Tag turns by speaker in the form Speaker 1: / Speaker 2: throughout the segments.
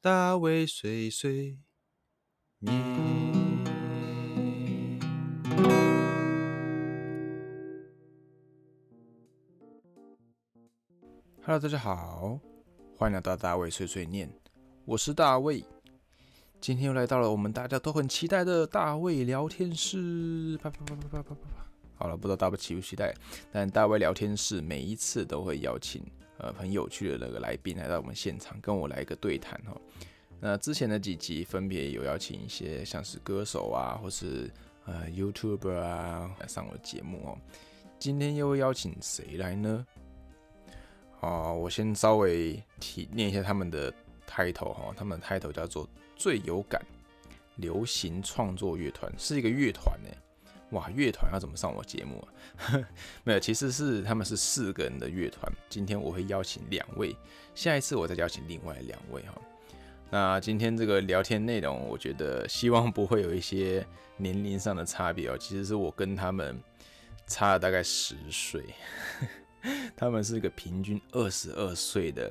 Speaker 1: 大卫碎碎念。Hello，大家好，欢迎来到大卫碎碎念，我是大卫。今天又来到了我们大家都很期待的大卫聊天室，啪啪啪啪啪啪啪啪。好了，不知道大家期不期待，但大卫聊天室每一次都会邀请呃很有趣的那个来宾来到我们现场，跟我来一个对谈哦哈。那之前的几集分别有邀请一些像是歌手啊，或是呃 YouTuber 啊来上我的节目哦。今天又会邀请谁来呢？哦，我先稍微提念一下他们的 title 哈，他们的 title 叫做“最有感流行创作乐团”，是一个乐团呢。哇，乐团要怎么上我节目啊？ 没有，其实是他们是四个人的乐团。今天我会邀请两位，下一次我再邀请另外两位哈。那今天这个聊天内容，我觉得希望不会有一些年龄上的差别哦。其实是我跟他们差了大概十岁， 他们是一个平均二十二岁的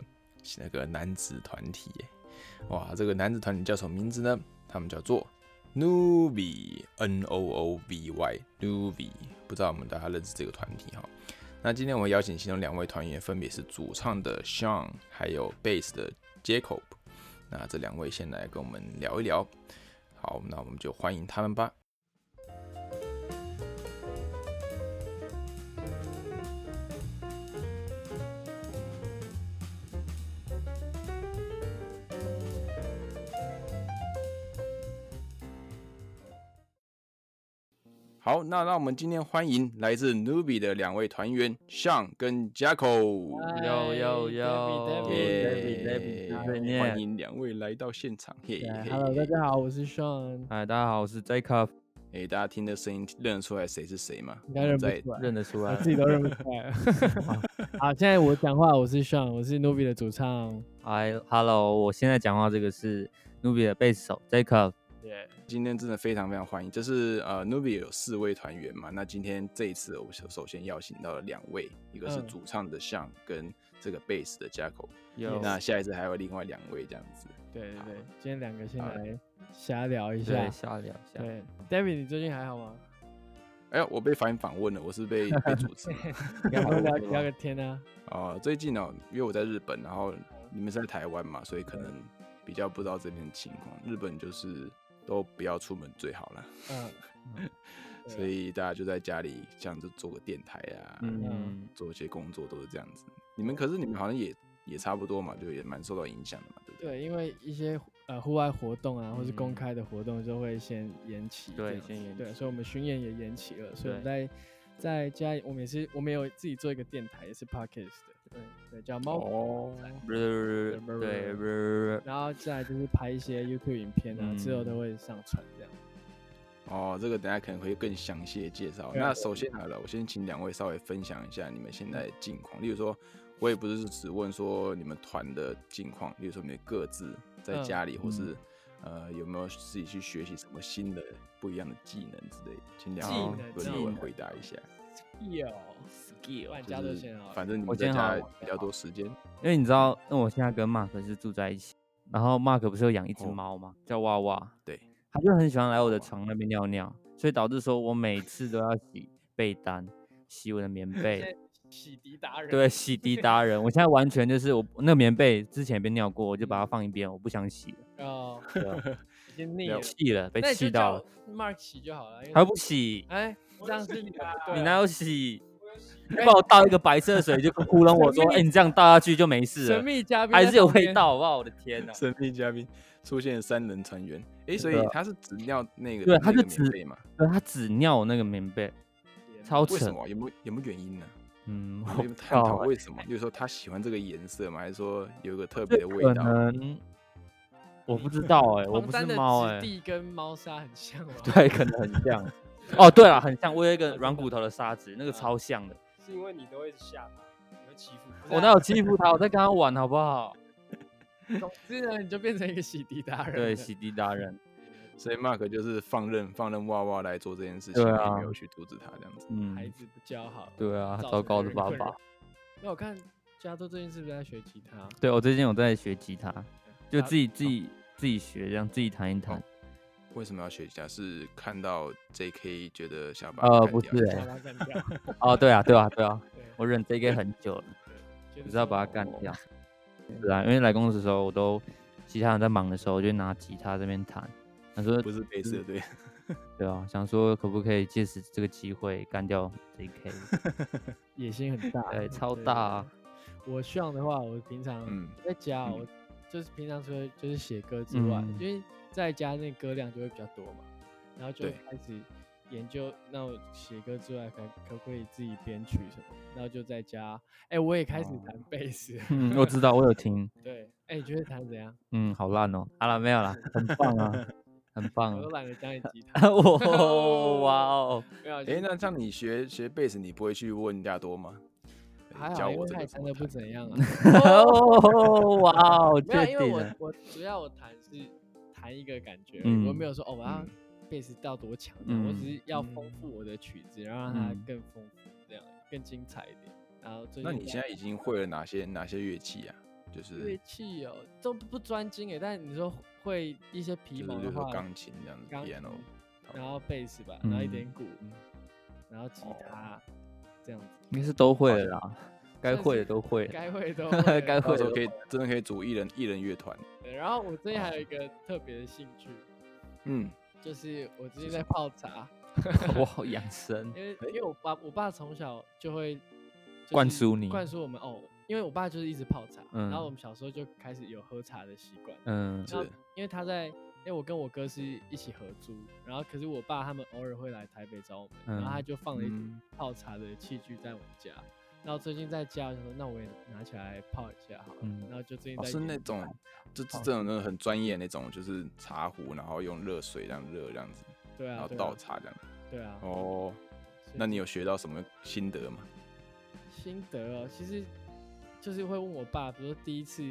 Speaker 1: 那个男子团体耶。哇，这个男子团体叫什么名字呢？他们叫做 Nubi N O O B Y Nubi，不知道我们大家认识这个团体哈。那今天我们邀请其中两位团员，分别是主唱的 Sean，还有贝斯的 Jacob。那这两位先来跟我们聊一聊。好，那我们就欢迎他们吧。好，那让我们今天欢迎来自 Nubi 的两位团员 Sean 跟 Jaco。
Speaker 2: Yo, yo, yo.
Speaker 1: 耶
Speaker 2: David，David，David，对面
Speaker 1: 哦哎欢迎两位来到现场，嘿
Speaker 2: 对
Speaker 1: 嘿。
Speaker 2: Hello，大家好， 我是 Sean，
Speaker 3: 嗨，大家好，我是 Jacob，
Speaker 1: 哎、大家听的声音认得出来谁是谁吗？
Speaker 2: 应该认不
Speaker 1: 在
Speaker 2: 出来，
Speaker 3: 认得出
Speaker 2: 我
Speaker 3: 来。
Speaker 2: 自己都认不出来。 啊好，现在我讲话，我是 Sean，我是 Nubi 的主唱。
Speaker 3: 嗨，Hello，我现在讲话这个是 Nubi 的贝斯手 Jacob。
Speaker 1: 今天真的非常非常欢迎，这是呃 Nubi 有四位团员嘛，那今天这一次我首首先邀请到了两位，一个是
Speaker 2: 嗯
Speaker 1: 主唱的像跟这个贝斯的 Jaco，、
Speaker 2: Yo
Speaker 1: 那下一次还有另外两位这样子。
Speaker 2: 对对
Speaker 1: 好
Speaker 2: 对，今天两个先
Speaker 1: 好
Speaker 2: 来瞎聊一下
Speaker 3: 对，。瞎聊一下。
Speaker 2: 对，David，你最近还好吗？
Speaker 1: 哎呀，我被反访问了，我是 被被主持嘛。
Speaker 2: 要不要 聊
Speaker 3: 好多
Speaker 2: 聊个天啊？
Speaker 1: 哦，最近哦，因为我在日本，然后你们是在台湾嘛，所以可能比较不知道这边的情况。日本就是都不要出门最好啦，
Speaker 2: 嗯，对
Speaker 1: 所以大家就在家里这样就做个电台啊，
Speaker 3: 嗯，
Speaker 1: 做一些工作都是这样子。你们可是你们好像也也差不多嘛，就也蛮受到影响的嘛，对不对？
Speaker 2: 对，因为一些呃户外活动啊，或是公
Speaker 3: 嗯
Speaker 2: 开的活动，就会先延期这
Speaker 3: 对
Speaker 2: 样子。
Speaker 3: 先延
Speaker 2: 对，
Speaker 3: 期
Speaker 2: 所以我们巡演也延期了，所以我们在
Speaker 3: 对
Speaker 2: 在家里，我们也是，我们有自己做一个电台，也是 podcast 的，对对，叫猫狗
Speaker 1: 哦，
Speaker 3: 对对对
Speaker 2: 然后再来就是拍一些 YouTube 影片啊，之后都
Speaker 3: 嗯
Speaker 2: 会上传这样。
Speaker 1: 哦，这个等下可能会更详细的介绍。
Speaker 2: 对啊
Speaker 1: 那首先好了，我先请两位稍微分享一下你们现在的近况。例如说，我也不是只问说你们团的近况，例如说你们各自在
Speaker 2: 嗯
Speaker 1: 家里，或是呃有没有自己去学习什么新的不一样的技能之类的，请两
Speaker 2: 技
Speaker 1: 位
Speaker 2: 能技
Speaker 1: 轮流
Speaker 2: 能
Speaker 1: 回答一下。
Speaker 2: 有，
Speaker 3: Skill，
Speaker 2: 不然加
Speaker 1: 就
Speaker 2: 多
Speaker 1: 是
Speaker 2: 钱啊？
Speaker 1: 反正你
Speaker 3: 我
Speaker 1: 们在
Speaker 3: 先好
Speaker 1: 家
Speaker 3: 了
Speaker 1: 比较多时间。
Speaker 3: 因为你知道，因为我现在跟 Mark 是住在一起，然后 Mark 不是有养一只
Speaker 1: 哦
Speaker 3: 猫吗？叫娃娃，
Speaker 1: 对，
Speaker 3: 他就很喜欢来我的
Speaker 1: 娃
Speaker 3: 床那边尿尿，所以导致说我每次都要洗被单，洗我的棉被。
Speaker 2: 洗涤达人
Speaker 3: 对，洗涤达人，我现在完全就是我那棉被之前也被尿过，我就把它放一边，我不想洗了，
Speaker 2: 哦，已经腻
Speaker 1: 了
Speaker 2: 了
Speaker 1: 解，
Speaker 3: 气了，啊被
Speaker 2: 那你就
Speaker 3: 气到
Speaker 2: 叫
Speaker 3: 了，
Speaker 2: Mark 洗就好了。因为
Speaker 3: 还不洗，
Speaker 2: 哎，这样是你的不对啊，
Speaker 3: 你哪有洗？
Speaker 2: 哎
Speaker 3: 帮我倒一个白色的水就糊弄我说，
Speaker 2: 神秘
Speaker 3: 哎、你这样倒下去就没事
Speaker 2: 神
Speaker 3: 了，
Speaker 2: 秘嘉宾
Speaker 3: 还
Speaker 2: 在
Speaker 3: 是有
Speaker 2: 旁
Speaker 3: 味
Speaker 2: 边。
Speaker 3: 道，好不好？我的 天 哪、
Speaker 1: 神秘嘉宾出现三人成员，诶，所以
Speaker 3: 对啊
Speaker 1: 他是只尿那个
Speaker 3: 对啊
Speaker 1: 那
Speaker 3: 他
Speaker 1: 个
Speaker 3: 就
Speaker 1: 棉
Speaker 3: 只
Speaker 1: 被嘛？
Speaker 3: 对他只尿我那个棉被，超
Speaker 1: 为什
Speaker 3: 扯，
Speaker 1: 么啊？有没有有没有原因呢？
Speaker 3: 嗯，
Speaker 1: 我
Speaker 3: 我
Speaker 1: 们
Speaker 3: 不知
Speaker 1: 探讨
Speaker 3: 道
Speaker 2: 哎
Speaker 3: 欸
Speaker 1: 为什么，就是说他喜欢这个颜色吗？还是说有一个特别
Speaker 3: 这
Speaker 1: 的味
Speaker 3: 可
Speaker 1: 道？
Speaker 3: 能我不知道哎、我
Speaker 2: 黄
Speaker 3: 不
Speaker 2: 山
Speaker 3: 是
Speaker 2: 的
Speaker 3: 猫
Speaker 2: 质
Speaker 3: 哎、
Speaker 2: 地跟猫砂很像吗？
Speaker 3: 对，可能很像。哦，对了，很像，我有一个软骨头的沙子，那个
Speaker 2: 啊
Speaker 3: 超像的。
Speaker 2: 是因为你都会吓它，你会欺负它
Speaker 3: 我哪有欺负他？我在跟他玩，好 不好？
Speaker 2: 总之呢，你就变成一个洗涤达人了。
Speaker 3: 对，洗涤达人，
Speaker 1: 所以 Mark 就是放任放任娃娃来做这件事情，
Speaker 3: 对
Speaker 1: 也
Speaker 3: 啊
Speaker 1: 没有去阻止他这样子。
Speaker 2: 孩
Speaker 3: 嗯，
Speaker 2: 子不教好，
Speaker 3: 对啊，
Speaker 2: 造成
Speaker 3: 糟
Speaker 2: 别
Speaker 3: 糕的
Speaker 2: 人
Speaker 3: 爸
Speaker 2: 困
Speaker 3: 爸
Speaker 2: 扰。那我看加州最近是不是在学吉他？
Speaker 3: 对我最近有在学吉他，就
Speaker 2: 啊
Speaker 3: 自己自己自己学，这样自己弹一弹。
Speaker 1: 为什么要学一下？是看到 J.K. 觉得想把
Speaker 3: 呃，
Speaker 1: 干
Speaker 3: 不
Speaker 1: 掉
Speaker 3: 是
Speaker 2: 把
Speaker 3: 欸，
Speaker 2: 它干掉。
Speaker 3: 哦，对啊，对啊，对啊，
Speaker 2: 对，
Speaker 3: 我忍 JK 很久 了，
Speaker 2: 就
Speaker 3: 只是要把它干
Speaker 2: 说
Speaker 3: 掉。是啊，因为来公司的时候，我都其他人在忙的时候，我就拿吉他这边弹。他说
Speaker 1: 不是贝斯的 对，
Speaker 3: 对啊，想说可不可以借此这个机会干掉 JK？
Speaker 2: 野心很大，
Speaker 3: 对超大啊
Speaker 2: 嗯对。我像的话，我平常
Speaker 1: 嗯，
Speaker 2: 在家，
Speaker 1: 嗯
Speaker 2: 我就是平常除了就是写歌之外，
Speaker 3: 嗯
Speaker 2: 因为在家那歌量就会比较多嘛，然后就
Speaker 1: 对
Speaker 2: 开始研究，那我写歌之外，可可不可以自己编曲什么？然后就在家，哎、我也开始
Speaker 1: 哦
Speaker 2: 弹贝斯，
Speaker 3: 嗯，我知道，我有听。
Speaker 2: 对，哎、你觉得弹怎样？
Speaker 3: 嗯，好烂哦。好了，没有啦，很棒啊， 很棒
Speaker 2: 我都
Speaker 3: 啊。
Speaker 2: 懒得教你吉他，
Speaker 3: 哦哇哦，
Speaker 2: 没有，就
Speaker 1: 哎、
Speaker 2: 是
Speaker 1: 那像你学学贝斯，你不会去问人家多吗？
Speaker 2: 还
Speaker 1: 教
Speaker 2: 好，因
Speaker 1: 我
Speaker 2: 为
Speaker 1: 这
Speaker 2: 他
Speaker 1: 个
Speaker 2: 也
Speaker 1: 怎
Speaker 2: 弹
Speaker 1: 么
Speaker 2: 的不
Speaker 1: 弹
Speaker 2: 怎样啊。
Speaker 3: 哦哇哦，
Speaker 2: 没有，啊
Speaker 3: 确
Speaker 2: 因为
Speaker 3: 定
Speaker 2: 我
Speaker 3: 了。
Speaker 2: 我主要我弹是弹一个感觉而已，我没
Speaker 3: 嗯
Speaker 2: 有说哦我要
Speaker 1: 嗯
Speaker 2: 贝斯到多强这样，我只
Speaker 3: 嗯
Speaker 2: 是要丰富我的曲子，然后让它
Speaker 3: 嗯
Speaker 2: 更丰富，这样更精彩一点。然后最
Speaker 1: 那
Speaker 2: 近
Speaker 1: 你现在已经会了哪些哪些乐器啊？就
Speaker 2: 乐
Speaker 1: 是
Speaker 2: 器哦都不专精诶，但你说会一些
Speaker 1: 就
Speaker 2: 皮
Speaker 1: 是
Speaker 2: 毛
Speaker 1: 比
Speaker 2: 的
Speaker 1: 如说
Speaker 2: 话，
Speaker 1: 钢琴这样子
Speaker 2: 钢琴
Speaker 1: ，piano，嗯
Speaker 2: 然后贝斯吧，然后一点鼓，然后吉
Speaker 1: 哦
Speaker 2: 他这样子，
Speaker 3: 应该是都会了啦，该
Speaker 2: 算
Speaker 3: 会
Speaker 2: 是
Speaker 3: 的都会。
Speaker 2: 该 会都会
Speaker 3: 该
Speaker 1: 到
Speaker 3: 会
Speaker 1: 时
Speaker 3: 的
Speaker 1: 候可以真的可以组一人一人乐团。
Speaker 2: 对然后我最近还
Speaker 1: 哦
Speaker 2: 有一个特别的兴趣，
Speaker 1: 嗯，
Speaker 2: 就是我最
Speaker 1: 是
Speaker 2: 近
Speaker 1: 什
Speaker 2: 在
Speaker 1: 么
Speaker 2: 泡茶。
Speaker 3: 我好养 生
Speaker 2: 因为因为我爸我爸从小就会、就是
Speaker 3: 灌输你
Speaker 2: 灌输我们哦，因为我爸就是一直泡茶，
Speaker 3: 嗯
Speaker 2: 然后我们小时候就开始有喝茶的习惯。
Speaker 3: 嗯
Speaker 1: 是
Speaker 2: 因为他在，因为我跟我哥是一起合租，然后可是我爸他们偶尔会来台北找我们，然后他
Speaker 3: 嗯
Speaker 2: 就放了一
Speaker 1: 嗯
Speaker 2: 堆泡茶的器具在我们家。然后最近在家，我想说那我也拿起来泡一下啊好了。
Speaker 3: 嗯
Speaker 2: 然后就最近
Speaker 1: 哦，
Speaker 2: 在、
Speaker 1: 是那种，就这这种那种很专业的那种，就是茶壶，然后用热水这样热这样子，
Speaker 2: 对
Speaker 1: 然
Speaker 2: 啊
Speaker 1: 后，
Speaker 2: 对
Speaker 1: 倒
Speaker 2: 啊，
Speaker 1: 茶这样。
Speaker 2: 对啊。
Speaker 1: 哦，
Speaker 2: 所以
Speaker 1: 那你有学到什么心得吗？
Speaker 2: 心得哦，其实就是会问我爸，比如说第一次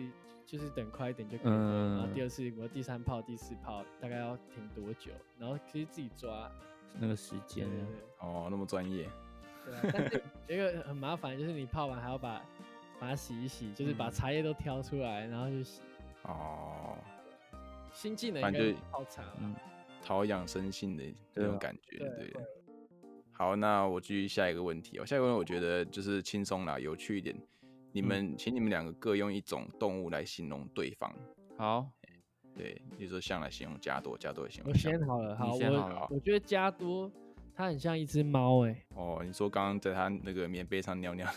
Speaker 2: 就是等快一点就可以喝，然后第
Speaker 3: 嗯
Speaker 2: 二次我第三泡、第四泡大概要停多久，然后其实自己抓，
Speaker 3: 那个时
Speaker 2: 对
Speaker 3: 间
Speaker 2: 对
Speaker 3: 啊，
Speaker 1: 哦，那么专业，
Speaker 2: 对对啊，但是有一个很麻烦，就是你泡完还要把把它洗一洗，就是把
Speaker 3: 嗯
Speaker 2: 茶叶都挑出来，然后就洗。
Speaker 1: 哦，
Speaker 2: 新技能应
Speaker 1: 反
Speaker 2: 该
Speaker 1: 正
Speaker 2: 是
Speaker 1: 就
Speaker 2: 泡茶吧，
Speaker 3: 嗯
Speaker 1: 陶养生性的那
Speaker 3: 对
Speaker 1: 种
Speaker 3: 啊
Speaker 1: 感觉，
Speaker 2: 对
Speaker 1: 对
Speaker 2: 会。
Speaker 1: 好，那我继续下一个问题哦。下一个问题我觉得就是轻松啦，有趣一点。你
Speaker 3: 嗯
Speaker 1: 们，请你们两个各用一种动物来形容对方。
Speaker 3: 好，
Speaker 1: 对，比如说象来形容加多，加多来形
Speaker 2: 我
Speaker 1: 容象。
Speaker 2: 先好了，好，
Speaker 3: 先
Speaker 2: 我
Speaker 3: 好
Speaker 1: 了
Speaker 2: 我觉得加多它很像一只猫哎、
Speaker 1: 哦，你说刚刚在他那个棉被上尿尿，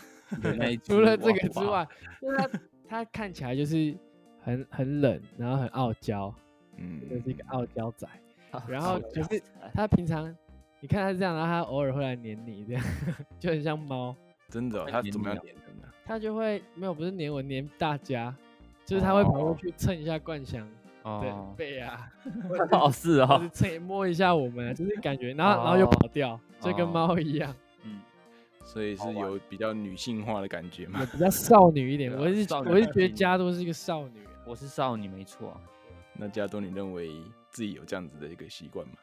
Speaker 3: 有 那一
Speaker 2: 除
Speaker 3: 只
Speaker 2: 了这
Speaker 3: 哇
Speaker 2: 个之
Speaker 3: 哇
Speaker 2: 外，就是它它看起来就是很很冷，然后很傲娇，
Speaker 1: 嗯，
Speaker 2: 就是一个傲娇仔。然
Speaker 3: 好
Speaker 2: 后
Speaker 3: 的
Speaker 2: 就是它平常你看它是这样，然后它偶尔会来黏你，这样 就很像猫，
Speaker 1: 真的哦、
Speaker 3: 在
Speaker 1: 他
Speaker 3: 黏
Speaker 1: 怎么
Speaker 3: 你
Speaker 1: 样
Speaker 3: 哦
Speaker 1: 黏人呢？
Speaker 2: 它就会没有不是黏我黏大家，就是它会跑过
Speaker 1: 哦
Speaker 2: 去蹭一下冠翔的
Speaker 3: 哦，
Speaker 2: 背啊，
Speaker 3: 哦是
Speaker 2: 或者
Speaker 3: 哦，
Speaker 2: 蹭摸一下我们啊，就是感觉，然后然后又跑掉，就跟
Speaker 3: 哦
Speaker 2: 猫一 样，
Speaker 3: 嗯，
Speaker 1: 所以是有比较女性化的感觉嘛
Speaker 2: 也？比较少女一点。
Speaker 3: 对啊
Speaker 2: 我是
Speaker 3: 少女
Speaker 2: 我是
Speaker 3: 心
Speaker 2: 觉得加多是一个少女啊。
Speaker 3: 我是少女没错啊，
Speaker 1: 那加多，你认为自己有这样子的一个习惯吗？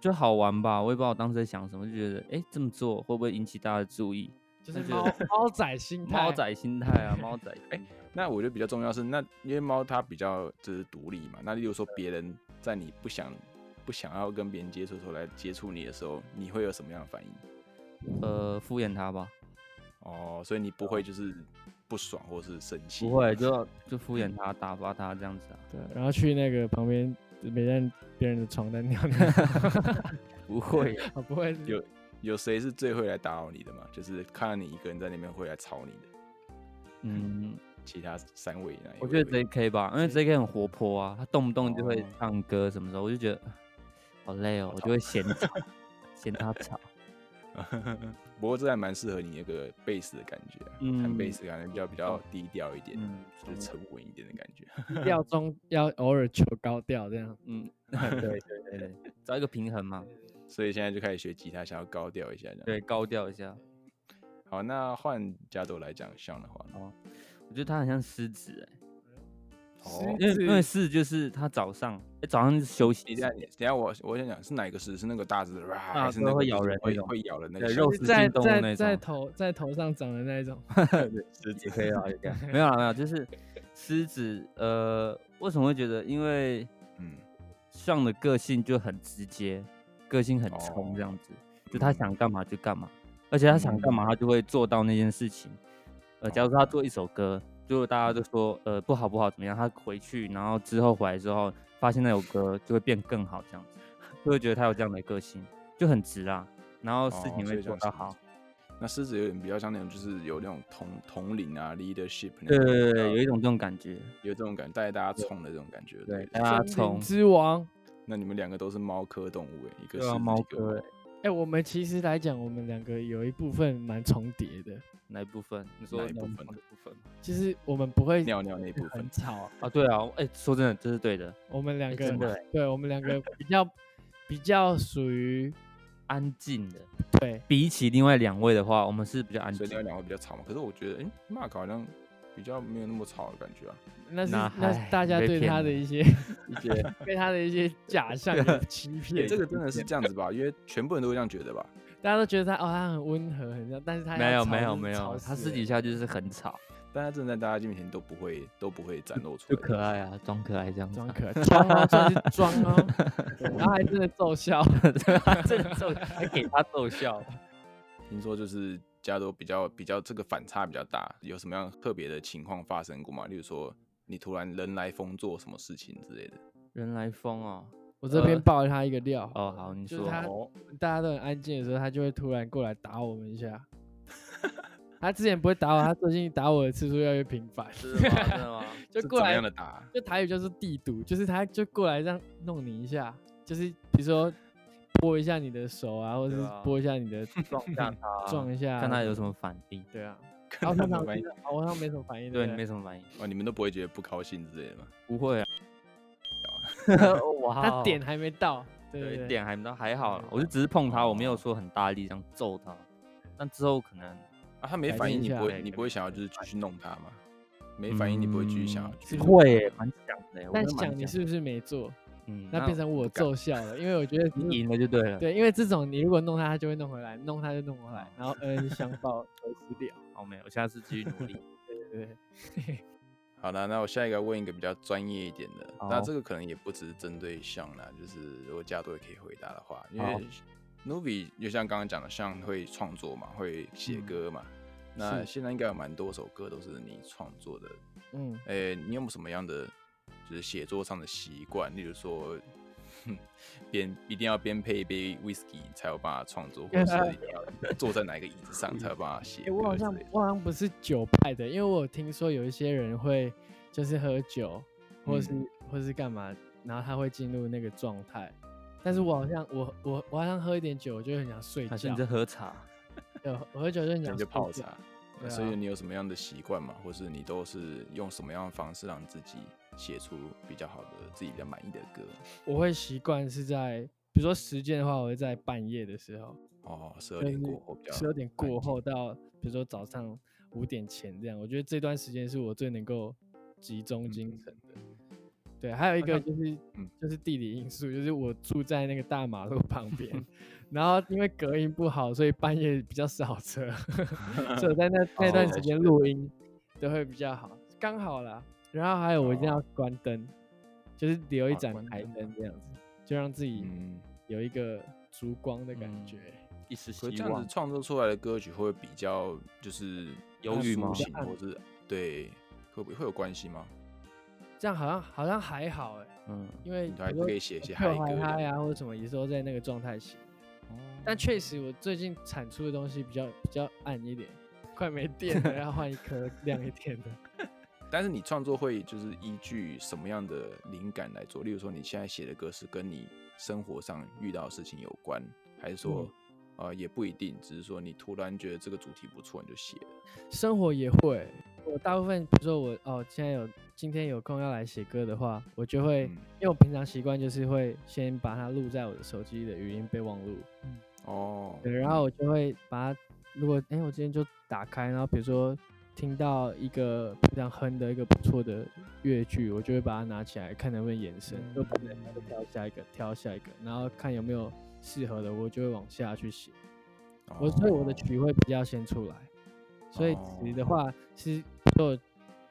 Speaker 3: 就好玩吧，我也不知道我当时在想什么，就觉得哎这么做会不会引起大家的注意？
Speaker 2: 就是
Speaker 3: 那就
Speaker 2: 猫 猫仔心态，
Speaker 3: 猫仔心态啊，猫 仔心态，
Speaker 1: 那我觉得比较重要是，那因为猫它比较就是独立嘛，那例如说别人在你不想不想要跟别人接触的时候来接触你的时候，你会有什么样的反应？
Speaker 3: 呃，敷衍 他吧，
Speaker 1: 哦，所以你不会就是不爽或是生气？
Speaker 3: 不会就就敷衍他，打发他这样子啊，
Speaker 2: 对，然后去那个旁边别人别人的床单尿尿，
Speaker 3: 不 会啊，
Speaker 2: 不会是
Speaker 1: 有有谁是最会来打扰你的吗？就是看到你一个人在那边会来吵你的，
Speaker 3: 嗯，
Speaker 1: 其他三位哪一位会？
Speaker 3: 我觉得 JK 吧，因为 JK 很活泼啊，他动不动就会
Speaker 1: 哦
Speaker 3: 唱歌什么时候，我就觉得好累哦，我就会嫌吵，嫌他吵。
Speaker 1: 不过这还蛮适合你那个贝斯的感觉、啊，弹贝
Speaker 3: 嗯
Speaker 1: 斯感觉比较比较低调一点，
Speaker 3: 嗯
Speaker 1: 就是沉稳一点的感觉。
Speaker 2: 调中要偶尔求高调这样。
Speaker 3: 嗯，对 对对对，找一个平衡嘛，
Speaker 1: 所以现在就开始学吉他，想要高调一下这样。
Speaker 3: 对，高调一下。
Speaker 1: 好，那换加朵来讲像的话呢，
Speaker 3: 我觉得他很像狮子哎、
Speaker 1: 哦
Speaker 3: 因为因为
Speaker 2: 是
Speaker 3: 狮子就是他早上，哎、早上是休息
Speaker 1: 等一
Speaker 3: 时
Speaker 1: 下
Speaker 3: 间，
Speaker 1: 你，等一下我我想讲是哪个狮？是那个大狮子，哇还
Speaker 3: 大
Speaker 1: 是
Speaker 3: 狮
Speaker 1: 那个
Speaker 3: 啊
Speaker 1: 就
Speaker 3: 会咬
Speaker 1: 是
Speaker 3: 人那
Speaker 1: 会
Speaker 3: 种
Speaker 1: 会咬人那个
Speaker 3: 对
Speaker 1: 小
Speaker 3: 肉
Speaker 1: 狮
Speaker 3: 食
Speaker 1: 子
Speaker 2: 在
Speaker 3: 性动物
Speaker 2: 在
Speaker 3: 那
Speaker 2: 在
Speaker 3: 种
Speaker 2: 头在头上长的那一种，
Speaker 1: 狮
Speaker 3: 也
Speaker 1: 子？
Speaker 3: 可以啊，也可以。没有啦，没有，就是狮子，呃，为什么会觉得？因为
Speaker 1: 嗯，
Speaker 3: 上的个性就很直接，个性很
Speaker 1: 哦
Speaker 3: 冲这样子，就他
Speaker 1: 嗯
Speaker 3: 想干嘛就干嘛，而且他想干嘛他就会做到那件事情。呃，假如说他做一首歌，就大家都说呃不好不好怎么样，他回去然后之后回来之后发现那首歌就会变更好这样子，就会觉得他有这样的个性，就很直啊，然后事
Speaker 1: 哦
Speaker 3: 情
Speaker 1: 所
Speaker 3: 会
Speaker 1: 以
Speaker 3: 做
Speaker 1: 像
Speaker 3: 到
Speaker 1: 是
Speaker 3: 好。
Speaker 1: 那狮子有点比较像那种，就是有那种统统领啊，leadership，那
Speaker 3: 对
Speaker 1: 种
Speaker 3: 对对对，
Speaker 1: 呃
Speaker 3: 有一种这种感觉，
Speaker 1: 有这种感觉，带大家冲的这种感觉。
Speaker 3: 对，
Speaker 1: 不
Speaker 3: 大家
Speaker 2: 森林
Speaker 3: 从
Speaker 2: 之王。
Speaker 1: 那你们两个都是猫科动物欸，一个
Speaker 3: 对
Speaker 1: 狮
Speaker 3: 啊
Speaker 1: 子，
Speaker 3: 猫
Speaker 1: 一个
Speaker 3: 哥
Speaker 1: 猫
Speaker 3: 欸
Speaker 2: 哎、我们其实来讲，我们两个有一部分蛮重叠的，
Speaker 3: 哪一部分？你说
Speaker 1: 哪一
Speaker 3: 哪
Speaker 1: 部
Speaker 3: 一
Speaker 1: 分
Speaker 3: 哪一部分？
Speaker 2: 就是我们不会
Speaker 1: 尿尿那一部分
Speaker 2: 很。吵，
Speaker 3: 啊，对啊，哎，说真的，这是对的，
Speaker 2: 我们两
Speaker 3: 哎
Speaker 2: 个、
Speaker 3: 真的欸
Speaker 2: 对我们两个比较比较属于
Speaker 3: 安静的。
Speaker 2: 对
Speaker 3: 比起另外两位的话，我们是比较安
Speaker 1: 所以。另
Speaker 3: 静
Speaker 1: 外两位比较吵嘛。可是我觉得，哎、m a r k 好像比较没有那么吵的感觉啊。
Speaker 2: 那是
Speaker 3: 那
Speaker 2: 那
Speaker 3: 唉
Speaker 2: 是大
Speaker 3: 你
Speaker 2: 家
Speaker 3: 被
Speaker 2: 对
Speaker 3: 骗
Speaker 2: 他的
Speaker 3: 了
Speaker 2: 一些
Speaker 1: 一些、
Speaker 2: 被他的一些假象 给欺骗，
Speaker 1: 这个真的是这样子吧？因为全部人都会这样觉得吧？
Speaker 2: 大家都觉得他哦，他很温和，很这样，但是他
Speaker 3: 没
Speaker 2: 要
Speaker 3: 有
Speaker 2: 吵
Speaker 3: 没有
Speaker 2: 就是
Speaker 3: 没
Speaker 2: 吵
Speaker 3: 有，他
Speaker 2: 死
Speaker 3: 私底
Speaker 2: 人
Speaker 3: 下就是很吵，
Speaker 1: 但他真的在大家面前都不会都不会展露出
Speaker 3: 就
Speaker 1: 来。
Speaker 3: 可爱啊，装可爱这样子
Speaker 2: 装
Speaker 3: 啊。
Speaker 2: 可爱装哦，真的是装哦， 然后还真的奏效，
Speaker 3: 对啊，真的逗，还给他逗 笑。
Speaker 1: 听说就是加州比较比较这个反差比较大，有什么样特别的情况发生过吗？例如说你突然人来疯做什么事情之类的。
Speaker 3: 人来疯哦，
Speaker 2: 我这边
Speaker 3: 呃
Speaker 2: 爆了他一个料
Speaker 3: 哦好你
Speaker 2: 就是
Speaker 3: 说
Speaker 2: 他
Speaker 1: 哦，
Speaker 2: 大家都很安静的时候，他就会突然过来打我们一下。 他之前不会打我，他最近打我的次数越来越频繁，
Speaker 3: 真的吗？真的吗？
Speaker 2: 就是过
Speaker 1: 怎么
Speaker 2: 来
Speaker 1: 样的打？
Speaker 2: 就台语就是地堵，就是他就过来这样弄你一下，就是比如说拨一下你的手啊，或者
Speaker 3: 对
Speaker 2: 是
Speaker 3: 啊
Speaker 2: 拨一下你的
Speaker 3: 撞下他，
Speaker 2: 撞一下，
Speaker 3: 看他有什么反应。
Speaker 2: 对啊，
Speaker 1: 看
Speaker 2: 然后
Speaker 1: 他们
Speaker 2: 通常
Speaker 1: 有关
Speaker 2: 就是
Speaker 1: 系
Speaker 2: 啊我好像没什么反应，
Speaker 3: 对
Speaker 2: 不
Speaker 3: 你没什么反应，
Speaker 1: 哦，你们都不会觉得不高兴之类的吗？
Speaker 3: 不 会啊。哇
Speaker 2: 他点还没到，对
Speaker 3: 有
Speaker 2: 对
Speaker 3: 一
Speaker 2: 对，
Speaker 3: 点还到还好啦
Speaker 2: 对，
Speaker 3: 我就只是碰他，我没有说很大力这样揍他。但之后可能
Speaker 1: 啊，他没
Speaker 2: 改
Speaker 1: 反应，
Speaker 2: 变一
Speaker 1: 你
Speaker 2: 下
Speaker 1: 不会
Speaker 3: 对
Speaker 1: 你
Speaker 3: 改
Speaker 1: 不会
Speaker 3: 变
Speaker 1: 想要就是继续弄他吗？没反应，你不会继续想要继续
Speaker 2: 嗯
Speaker 1: 弄他？
Speaker 3: 会耶蛮想的耶，我
Speaker 2: 但
Speaker 3: 真的蛮
Speaker 2: 想你
Speaker 3: 想
Speaker 2: 是不是没做，
Speaker 3: 的嗯，
Speaker 2: 那变成我
Speaker 1: 不敢
Speaker 2: 奏效了，因为我觉得
Speaker 3: 你赢了就嗯对了。
Speaker 2: 对，因为这种你如果弄他，他就会弄回来，弄他就弄回来，然后嗯恩恩相报何时了？
Speaker 3: 好，没有，我下次继续努 力。
Speaker 2: 对对对，
Speaker 1: 好了，那我下一个问一个比较专业一点的，那
Speaker 2: 哦
Speaker 3: 好
Speaker 1: 这个可能也不只是针对像啦，就是如果加多也可以回答的话，因
Speaker 3: 好
Speaker 1: 为 Novi 就像刚刚讲的，像会创作嘛，会写
Speaker 3: 嗯
Speaker 1: 歌嘛，那
Speaker 2: 是
Speaker 1: 现在应该有蛮多首歌都是你创作的，
Speaker 2: 嗯，
Speaker 1: 诶、你有没有什么样的就是写作上的习惯？例如说，哼边一定要边配一杯 whisky 才有办法创作，或者 是一定要坐在哪一个椅子上才有办法写
Speaker 2: 哎、
Speaker 1: 歌
Speaker 2: 我好
Speaker 1: 之
Speaker 2: 像
Speaker 1: 类的
Speaker 2: 我好像不是酒派的，因为我有听说有一些人会就是喝酒，或是、或是干嘛，然后他会进入那个状态。但是我好像我我我好像喝一点酒，我就很想睡
Speaker 3: 还是
Speaker 2: 觉
Speaker 3: 你在。喝茶？
Speaker 2: 对，我喝酒就很
Speaker 1: 那
Speaker 2: 想
Speaker 1: 你就
Speaker 2: 睡
Speaker 1: 泡
Speaker 2: 觉
Speaker 1: 茶。
Speaker 2: 对
Speaker 1: 所
Speaker 2: 啊
Speaker 1: 以你有什么样的习惯吗？或是你都是用什么样的方式让自己写出比较好的、自己比较满意的歌？
Speaker 2: 我会习惯是在，比如说时间的话，我会在半夜的时候，
Speaker 1: 哦，十二
Speaker 2: 就
Speaker 1: 点
Speaker 2: 是
Speaker 1: 过后比较
Speaker 2: 十二点
Speaker 1: 安
Speaker 2: 过
Speaker 1: 静
Speaker 2: 后到比如说早上五点前这样，我觉得这段时间是我最能够集中精神的。对，还有一个就是、
Speaker 1: 嗯
Speaker 2: 就是地理因素，就是我住在那个大马路旁 边，然后因为隔音不好，所以半夜比较少车， 所以我在那那
Speaker 1: 哦
Speaker 2: 段
Speaker 1: 才
Speaker 2: 时
Speaker 1: 觉
Speaker 2: 间录音都会比较好，刚好啦。然后还有我一定
Speaker 1: 哦
Speaker 2: 要关灯，就是留一
Speaker 1: 哦
Speaker 2: 盏
Speaker 1: 关
Speaker 2: 台
Speaker 1: 灯
Speaker 2: 灯这样子，就让自己
Speaker 1: 嗯，
Speaker 2: 有一个烛光的感
Speaker 3: 嗯
Speaker 2: 觉。
Speaker 3: 一时希
Speaker 1: 可是这样
Speaker 3: 望
Speaker 1: 子。创作出来的歌曲会不会比较就是
Speaker 3: 忧郁吗
Speaker 1: 抒情，
Speaker 2: 暗
Speaker 1: 或是对会不会会有关系吗？
Speaker 2: 这样好像好像还好哎、
Speaker 3: 嗯，
Speaker 2: 因为
Speaker 1: 你还是可以写啊一些嗨
Speaker 2: 嗨
Speaker 1: 歌的
Speaker 2: 嗨呀啊或者什么，也是都在那个状态写。但确实，我最近产出的东西比较比较暗一点，快没电了，要换 一颗亮一点的。
Speaker 1: 但是你创作会就是依据什么样的灵感来做？例如说，你现在写的歌是跟你生活上遇到的事情有关，还是说，
Speaker 2: 嗯
Speaker 1: 呃，也不一定，只是说你突然觉得这个主题不错，你就写了。
Speaker 2: 生活也会，我大部分比如说我哦，现在有今天有空要来写歌的话，我就会，
Speaker 1: 嗯
Speaker 2: 因为我平常习惯就是会先把它录在我的手机的语音备忘录，
Speaker 1: 哦，
Speaker 2: 对，然后我就会把它，如果哎、我今天就打开，然后比如说听到一个平常哼的一个不错的乐句，我就会把它拿起来看能不能延伸，就可能它就挑下一个，挑下一个，然后看有没有适合的，我就会往下去写。我所以我的
Speaker 1: 哦
Speaker 2: 曲会比较先出来，所以词的话是就